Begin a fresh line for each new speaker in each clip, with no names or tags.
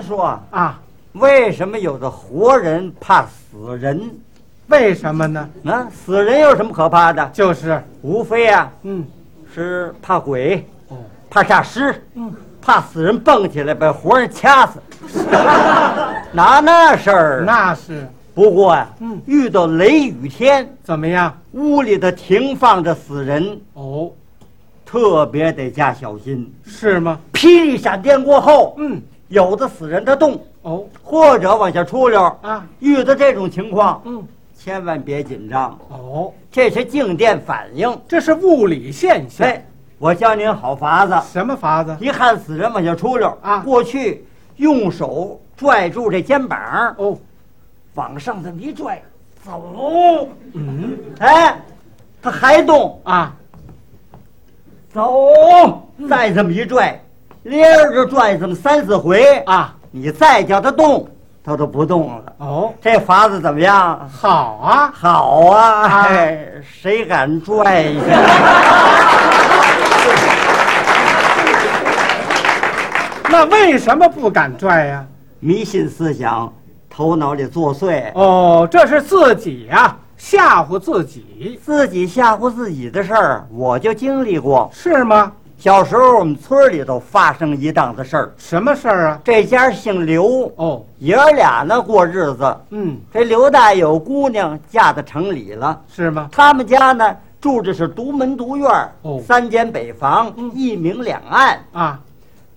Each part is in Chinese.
说啊，
啊？
为什么有的活人怕死人？
为什么呢？
啊，死人有什么可怕的？
就是，
无非啊
嗯，
是怕鬼，
哦，
怕诈尸，
嗯，
怕死人蹦起来把活人掐 死，哪那事儿啊？
那是
不过呀、
嗯
遇到雷雨天，
怎么样？
屋里头停放着死人，
哦，
特别得加小心。
是吗？
霹雳闪电过后，
嗯，
有的死人他动，
哦，
或者往下出溜。
啊，
遇到这种情况，
嗯，
千万别紧张，
哦，
这是静电反应。
这是物理现象。
哎，我教您好法子，
什么法子？
一看死人往下出溜
啊
过去用手拽住这肩膀，
哦，
往上这么一拽，走，
嗯，
哎，他还动，
啊，
走，
嗯
再这么一拽，连着拽这么三四回
啊，
你再叫他动，他都不动了。
哦，
这法子怎么样？
好啊，
好啊，
啊
哎，谁敢拽一下？
那为什么不敢拽呀、
迷信思想，头脑里作祟，
哦，这是自己呀、吓唬自己，
自己吓唬自己的事儿，我就经历过。
是吗？
小时候我们村里头发生一档子事儿，
什么事儿啊？
这家姓刘，
哦，
爷儿俩呢过日子。
嗯，
这刘大爷有姑娘嫁到城里了，
是吗？
他们家呢住的是独门独院儿
哦
三间北房，
嗯
一明两暗。
啊，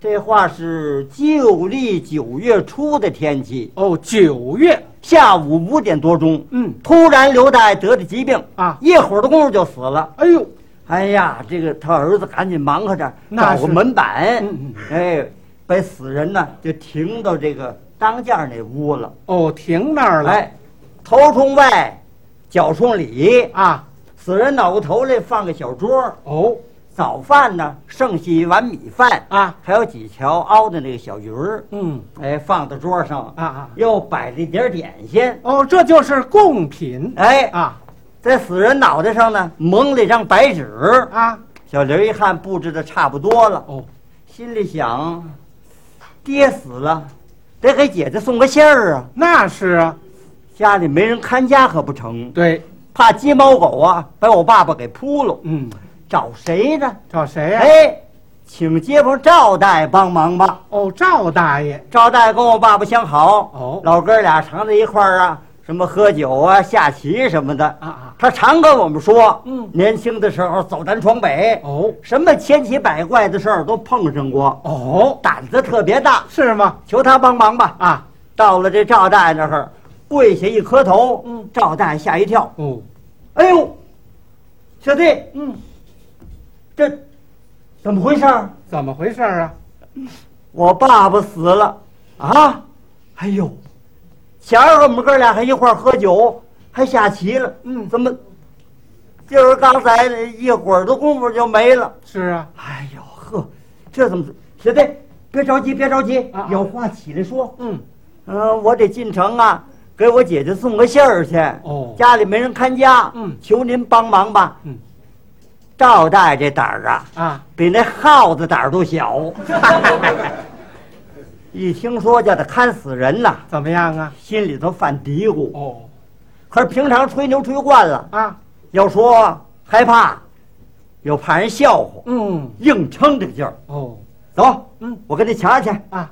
这话是旧历九月初的天气，
哦，九月，
下午五点多钟，
嗯，
突然刘大爷得的疾病
啊
一会儿的功夫就死了。
哎呦，
哎呀，这个他儿子赶紧忙活着
那
找
是
个门板，
嗯嗯
哎，把死人呢就停到这个当间儿那屋了。
哦，停那儿了，
哎，头冲外，脚冲里，
啊，
死人脑头里放个小桌，
哦，
早饭呢剩下一碗米饭，
啊，
还有几条熬的那个小鱼儿，
嗯，
哎，放到桌上，
啊啊，
又摆了一点点心，
哦，这就是贡品，
哎，
啊
在死人脑袋上呢蒙了一张白纸。
啊，
小刘一看布置的差不多了，
哦，
心里想，爹死了，得给姐姐送个信儿啊，
那是啊，
家里没人看家可不成，
对，
怕鸡猫狗啊把我爸爸给扑了。
嗯，
找谁呢？
找谁啊呀、
哎，请街坊赵大爷帮忙吧。
哦，赵大爷，
赵大爷跟我爸爸相好，
哦
老哥俩常在一块儿啊，什么喝酒啊、下棋什么的。
啊啊，
他常跟我们说，
嗯
年轻的时候走南闯北，
哦
什么千奇百怪的事儿都碰上过，
哦，
胆子特别大，
是吗？
求他帮忙吧。
啊，
到了这赵大爷那儿，跪下一磕头，
嗯
赵大爷吓一跳，
哦，
哎呦，小弟，
嗯，
这怎么回事儿？
怎么回事儿啊？
我爸爸死了，啊！哎呦，前儿我们哥俩还一块儿喝酒，还下棋了。
嗯
怎么就是刚才那一会儿的功夫就没了？
是啊，
哎呦呵，这怎么？小弟，别着急，别着急，
啊啊
有话起来说。
嗯，
嗯、我得进城啊，给我姐姐送个信儿去。
哦
家里没人看家，
嗯
求您帮忙吧。
嗯，
赵大爷这胆儿啊，
啊，
比那耗子胆儿都 小。一听说叫他看死人呐，
怎么样啊？
心里头犯嘀咕。
哦，
可是平常吹牛吹惯了，
啊，
要说害怕，又怕人笑话，
嗯，
硬撑这个劲儿。
哦，
走，
嗯，
我跟你瞧去。
啊，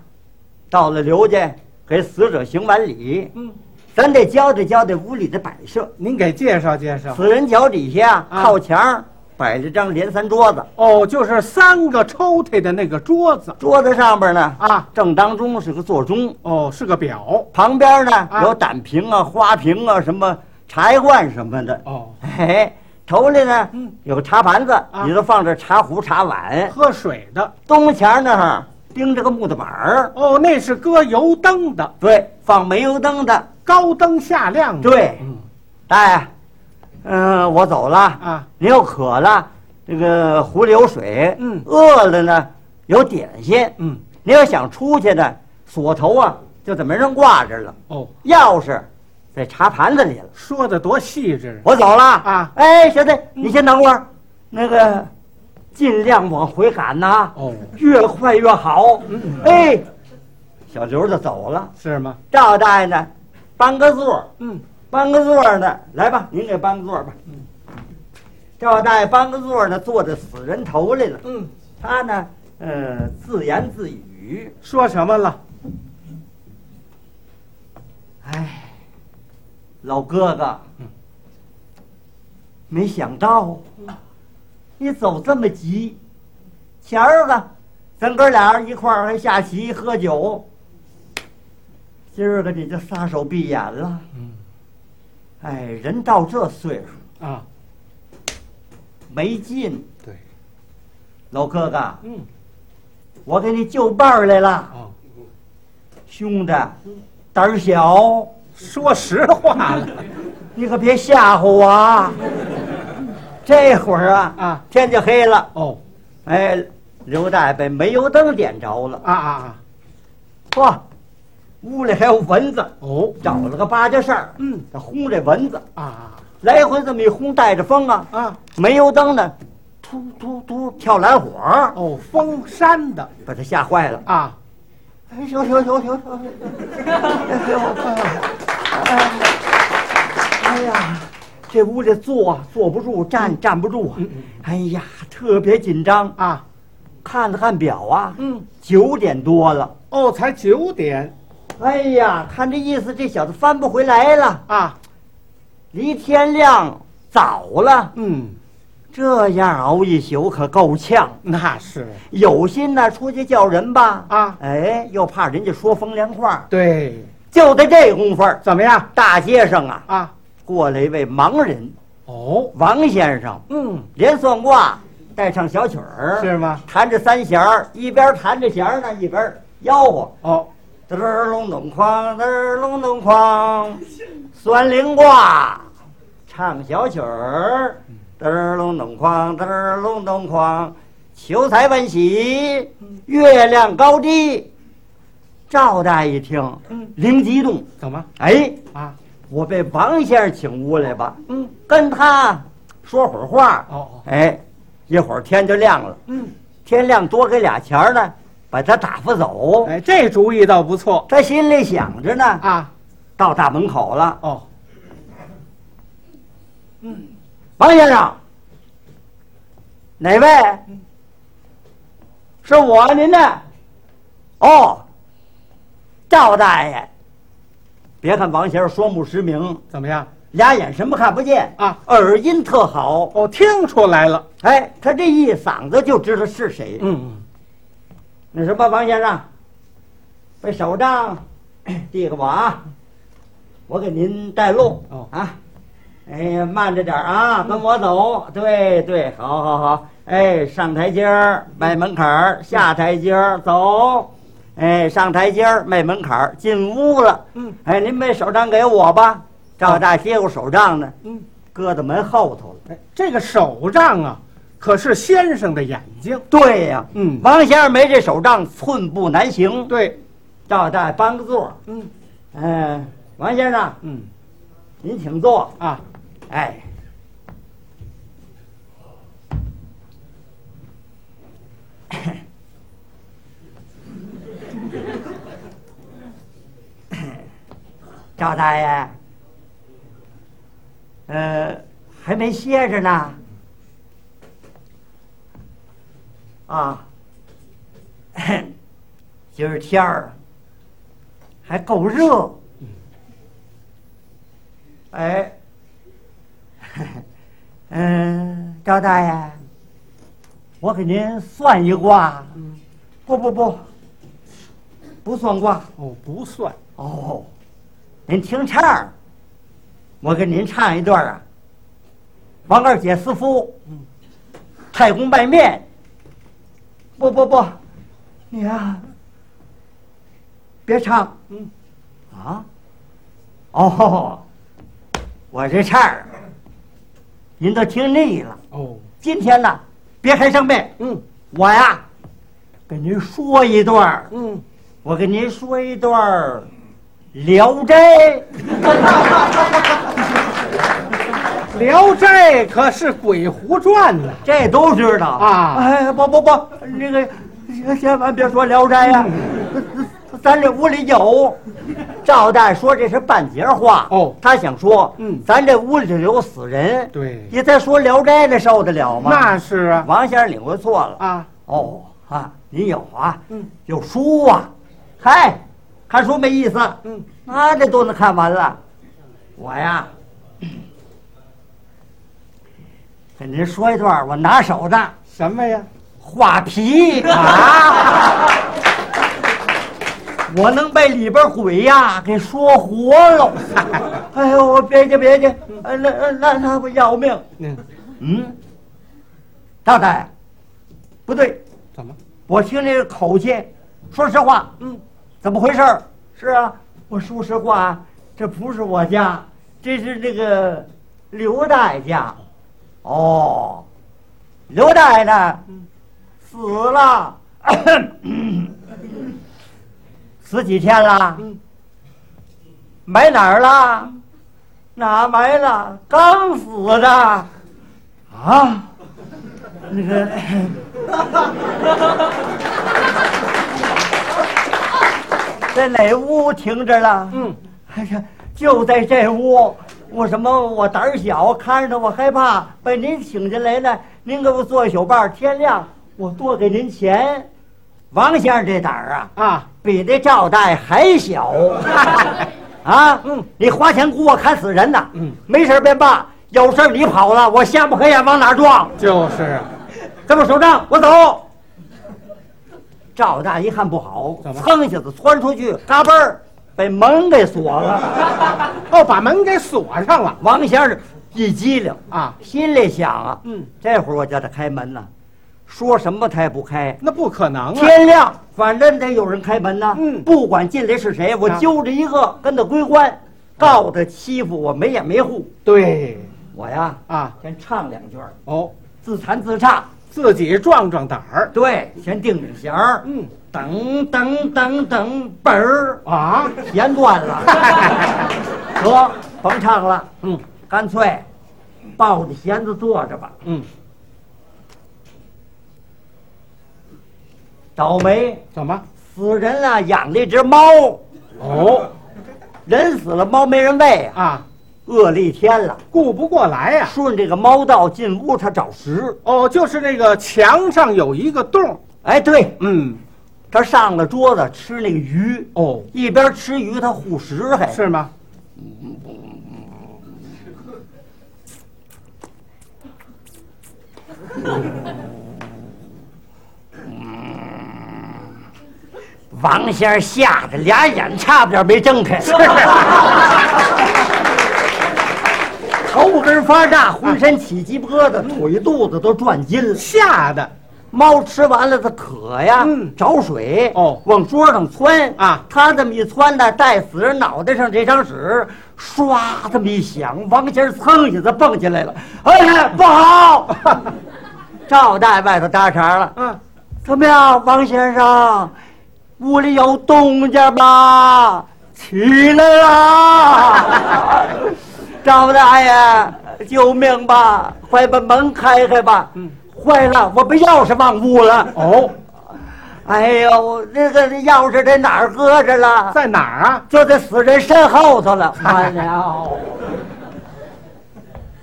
到了刘家，给死者行完礼，
嗯，
咱得交代交代屋里的摆设。
您给介绍介绍。
死人脚底下啊
啊
靠墙儿摆了张连三桌子，
哦，就是三个抽屉的那个桌子
桌子上边呢，
啊。
正当中是个座钟，
哦，是个表。
旁边呢
啊
有胆瓶啊、花瓶啊、什么茶叶罐什么的。
哦，
哎，头里呢
嗯啊
有个茶盘子，里头放着茶壶、茶碗。
喝水的。
东墙那儿钉着个木头板儿，
哦，那是搁油灯的，
对，放煤油灯的。
高灯下亮的。
对
嗯
大爷，嗯、我走了。
啊，
您要渴了，这个壶里有水。
嗯
饿了呢有点心。
嗯，
您要想出去呢，锁头啊就在门上挂着了，
哦，
钥匙在茶盘子里了。
说的多细致
我走了
啊嗯
哎，小弟，你先等会儿，那个尽量往回赶呐、
哦，嗯
越快越好。哎，小刘就走了。
是吗？
赵大爷呢，搬个座儿，
嗯，
搬个座儿呢，来吧，您给搬个座儿吧。赵大爷搬个座儿呢，坐在死人头来了。
嗯，
他呢，呃，自言自语
说什么了？：“
哎，老哥哥
嗯，
没想到你走这么急。前儿个，咱哥俩一块儿还下棋喝酒，今儿个你就撒手闭眼了。
嗯，
哎，人到这岁数
啊，
没劲。
对，
老哥哥，
嗯，
我给你就伴儿来了，
哦，
兄弟，胆儿小，
说实话了
你可别吓唬我啊！ 这会儿啊，
啊，
天就黑了。
哦，
哎，刘大爷被煤油灯点着了，
啊啊啊，
嚯，屋里还有蚊子，
哦，
找了个八家扇儿，
嗯，
他轰这蚊子，
啊
来回这么一轰，带着风啊，
啊，
煤油灯呢，突突突跳蓝火儿，
哦，封山的
把他吓坏 了。
啊，
哎，行行行行行，哎呦，哎呀，这屋里坐坐不住，站站不住啊
嗯嗯，
哎呀，特别紧张。
啊，
看了看表啊，
嗯，
九点多了。
哦，才九点
哎呀，看这意思，这小子翻不回来了，
啊，
离天亮早了。
嗯，
这样熬一宿可够呛。
那是
有心呢，出去叫人吧，
啊，
哎，又怕人家说风凉话。
对，
就在这功夫儿，
怎么样
大街上啊，
啊？
过来一位盲人
哦，
王先生，
嗯，
连算卦，带唱小曲儿，
是吗？
弹着三弦儿，一边弹着弦儿呢，一边吆喝。
哦，
嘚儿隆咚哐，嘚儿隆咚哐，算灵卦，唱小曲儿，嘚儿隆咚哐，嘚儿隆咚哐，求财万喜，月亮高低。赵大爷一听，
嗯，
灵激动，
怎么
哎，
啊？
我被王先生请屋来吧，
嗯，
跟他说会儿话。
哦哦，
哎，一会儿天就亮了，
嗯，
天亮多给俩钱儿呢，把他打发走。
哎，这主意倒不错
他心里想着呢，
啊。
到大门口了，
哦，
王先生，哪位？是我，您呢？哦，赵大爷。别看王先生双目失明，
怎么样？
俩眼什么看不见
啊，
耳音特好。
哦，听出来了。
哎，他这一嗓子就知道是谁。
嗯嗯，
那什么，王先生，把手杖 递给我啊，我给您带路、
哦
啊。哎呀，慢着点儿啊，跟我走。对对，好好好。哎，上台阶儿，迈门槛儿，下台阶儿，走。哎，上台阶儿，迈门槛儿，进屋了。
嗯，
哎，您把手杖给我吧。赵大接过手杖呢，
嗯，
搁到门后头了。
哎，这个手杖啊，可是先生的眼睛。
对呀、
嗯
王先生没这手杖，寸步难行。
对，
赵大爷搬个座儿。
嗯
嗯，王先生，
嗯
您请坐。
啊，
哎， 赵大爷，呃，还没歇着呢。啊，今儿天儿还够热。哎， 嗯，赵大爷，我给您算一卦。
嗯，
不不不，不算卦。
哦，不算。
哦，您听唱儿，我给您唱一段儿啊。王二姐私夫，太公拜面。不不不，你呀、别唱
嗯，
啊。哦， 我这唱儿，您都听腻了。
哦，
今天呢，别开生病，
嗯
我呀，给您说一段儿。
嗯，
我给您说一段儿《聊斋》，
《聊斋》可是《鬼狐传》呐。
这都知道
啊
哎，不不不，那个千万别说《聊斋》呀， 咱这屋里有。赵大说这是半截话
哦
他想说，
嗯
咱这屋里头有死人，
对
你再说《聊斋》的受得了吗？
那是啊
王先生领会错了。
啊，
哦啊，您有啊？
嗯，
有书啊？嗨，看书没意思。
嗯，
那这都能看完了。我呀，跟您说一段我拿手的
什么呀？
画 皮啊，我能被里边鬼呀给说活了。哎呦，我别介别介，呃那那那那不要命。
嗯，
嗯，赵大爷，不对。
怎么？
我听这个口气，说实话，
嗯，
怎么回事儿？是啊，我说实话，这不是我家，这是这个刘大爷家。哦，刘大爷呢？死了，死几天了？
嗯
埋哪儿了？哪埋了？刚死的。啊，那个。 在哪屋停着了？
嗯，
哎呀，就在这屋。我什么？我胆儿小，看着我害怕，把您请进来呢。您给我做一宿伴儿，天亮我多给您钱。王先生这胆儿啊，
啊，
比那赵大爷还小。 啊，嗯，你花钱雇我看死人呢？
嗯，
没事儿便罢，有事儿你跑了，我瞎不黑眼往哪儿撞？
就是啊，
咱们手杖，我走。赵大一看不好
怎，么
噌一下子窜出去，嘎嘣儿被门给锁了。
哦，把门给锁上了
王先生一激灵，
啊，
心里想啊，
嗯，
这会儿我叫他开门呢、说什么他也不开。
那不可能啊，
天亮，反正得有人开门呐、
嗯
不管进来是谁，我
啊
揪着一个跟他归关，告他欺负我没眼没户。
对
我呀，
啊，
先唱两句儿，
哦，
自弹自唱。
自己壮壮胆儿，
对，先定定弦儿。
嗯
等等等等，本儿
啊，
弦断 了，得甭唱了，
嗯
干脆抱着弦子坐着吧。
嗯，
倒霉，
怎么？
死人啊，养了一只猫，
哦
人死了，猫没人喂啊，
啊，
饿了一天了。
顾不过来呀、
顺这个猫道进屋，他找食。
哦，就是那个墙上有一个洞，
哎，对，
嗯，
他上了桌子吃那个鱼，
哦，
一边吃鱼他护食还。
是吗？
王先生吓得俩眼差不点没睁开， 头根发炸，浑身起鸡皮疙瘩，腿肚子都转筋了。
吓的，
猫吃完了，它渴呀，
嗯
找水，
哦
往桌上窜
啊
它这么一窜呢，带死人脑袋上这张纸，唰这么一响，王先生噌一下子蹦起来了，哎呀，不 好！赵大爷外头搭茬了，
嗯，
怎么样，王先生？屋里有东家吧？啊起来 啦！赵大爷，哎救命吧！快把门开开吧！
嗯
坏了，我把钥匙忘屋了。
哦，
哎呦，那个钥匙在哪儿搁着了？
在哪儿啊？
就在死人身后头了。哎呀！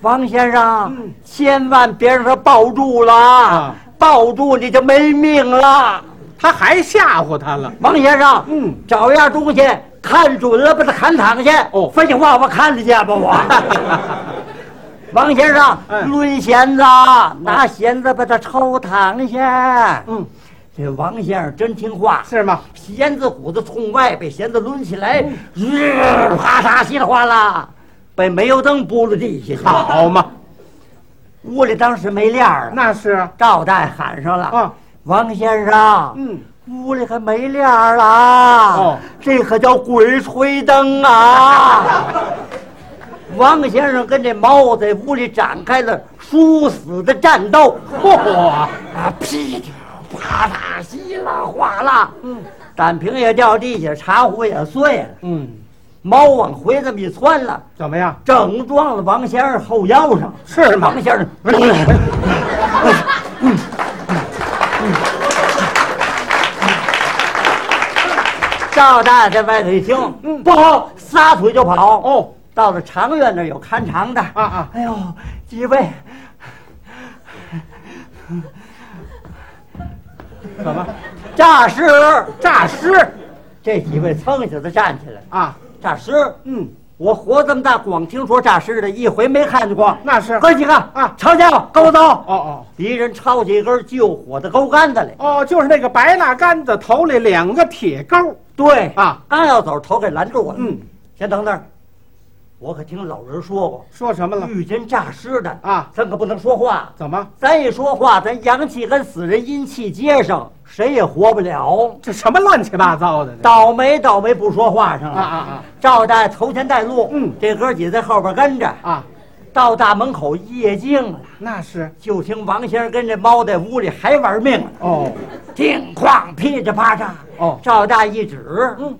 王先生，
嗯
千万别让他抱住了，啊
啊、
抱住你就没命了。
他还吓唬他了，
王先生，
嗯
找样东西，看准了把他砍躺下。
哦
废话，我看得见吧我。 王先生，
哎
抡弦子，拿弦子把他抽躺下。
嗯，
这王先生真听话，
是吗？
弦子骨子冲外，被弦子抡起来，
嗯
日啪嚓稀里哗啦，被煤油灯拨了地下去了。
好嘛，
屋里当时没亮了，
啊那是啊，
赵大爷喊上了：“
啊
王先生，
嗯，
屋里还没亮儿了，
哦
这可叫鬼吹灯啊！王先生跟这猫在屋里展开了殊死的战斗，
嚯，
啊，噼里啪啦，稀啦哗啦，嗯，胆瓶也掉地下，茶壶也碎了，
嗯，
猫往回这么一窜了，
怎么样？
正撞到王先生后腰上，
是吗
王先 嗯生。嗯赵大在外头一听，
嗯
不好，撒腿就跑。
哦，
到了长院那儿有看场的
啊啊
哎呦，几位，
怎么
诈尸！
诈尸
这几位蹭一下子站起来，
啊？
诈尸！
嗯，
我活这么大，光听说诈尸的，一回没看见过。
那是
哥几个
啊
抄家伙，跟我走！
哦哦
敌人抄起一根救火的钩杆子来，
哦，就是那个白蜡杆子头里两个铁钩
对
啊。
刚要走，头给拦住了。
嗯，
先等等，我可听老人说过，
说什么了？
遇见诈尸的
啊，
咱可不能说话。
怎么？
咱一说话，咱阳气跟死人阴气接上，谁也活不了。
这什么乱七八糟的？这
倒霉倒霉不说话上
啊
了。
啊啊
赵大爷头前带路，
嗯
这哥几个在后边跟着。
啊！
到大门口夜静了，
那是
就听王先生跟这猫在屋里还玩命呢，
哦
叮哐噼里啪嚓。
哦，
赵大一指，嗯，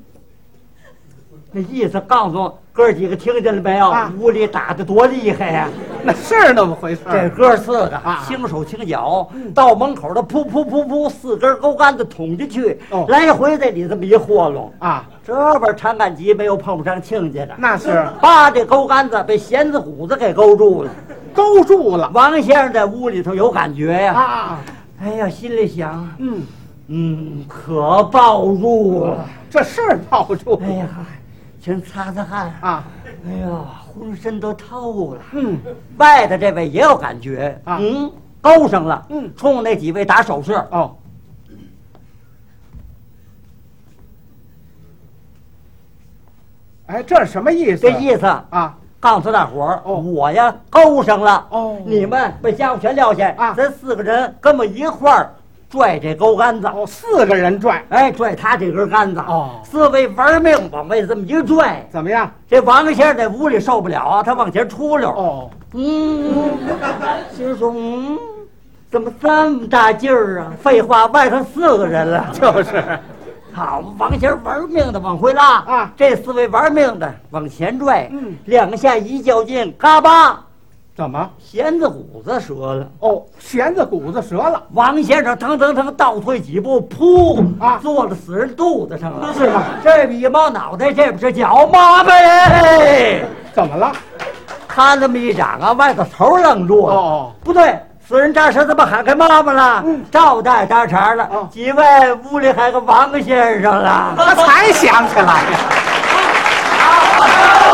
那意思告诉哥几个听见了没有？
啊
屋里打的多厉害呀、
那是那么回事
这
儿。
哥四个
啊
轻手轻脚到门口的，噗噗噗噗，四根钩杆子捅进去
哦，
来回在里这么一霍弄，
啊，
这边长赶集没有碰不上亲家的。
那是
叭，这钩杆子被弦子骨子给勾住了。
勾住了
王先生在屋里头有感觉呀、
啊啊！啊
哎呀，心里想，
嗯，
嗯，可暴露了。
这是抱住
哎呀，全擦擦汗。
啊。
哎呀，浑身都透了。
嗯，
外头这位也有感觉，
啊
嗯，勾上了。
嗯
冲那几位打手势。
哦，哎，这是什么意思？
这意思
啊，
告诉大伙儿，
哦
我呀勾上了，
哦
你们把家伙全撂下
啊
咱四个人跟我一块儿拽这钩杆子，
哦，四个人拽，
哎，拽他这根杆子，
哦
四位玩命往外这么一拽，
怎么样？
这王先生在屋里受不了啊，他往前出溜，
哦，
嗯，心说嗯，怎么这么大劲儿啊？废话，外头四个人了。
就是，
好，王先生玩命的往回拉
啊
这四位玩命的往前拽，
嗯，
两下一较劲，嘎巴，
怎么？
弦子骨子折了。
哦，弦子骨子折了，
王先生腾腾腾倒退几步，噗
啊
坐到死人肚子上了。
是吗？
这比猫脑袋，这不是脚，妈呗！
怎么了？
他这么一掌啊，外头头愣住了。
哦
不对，死人扎舌怎么喊开妈妈了？赵大爷搭茬了，
哦
几位屋里还有个王先生了。
我才想起来，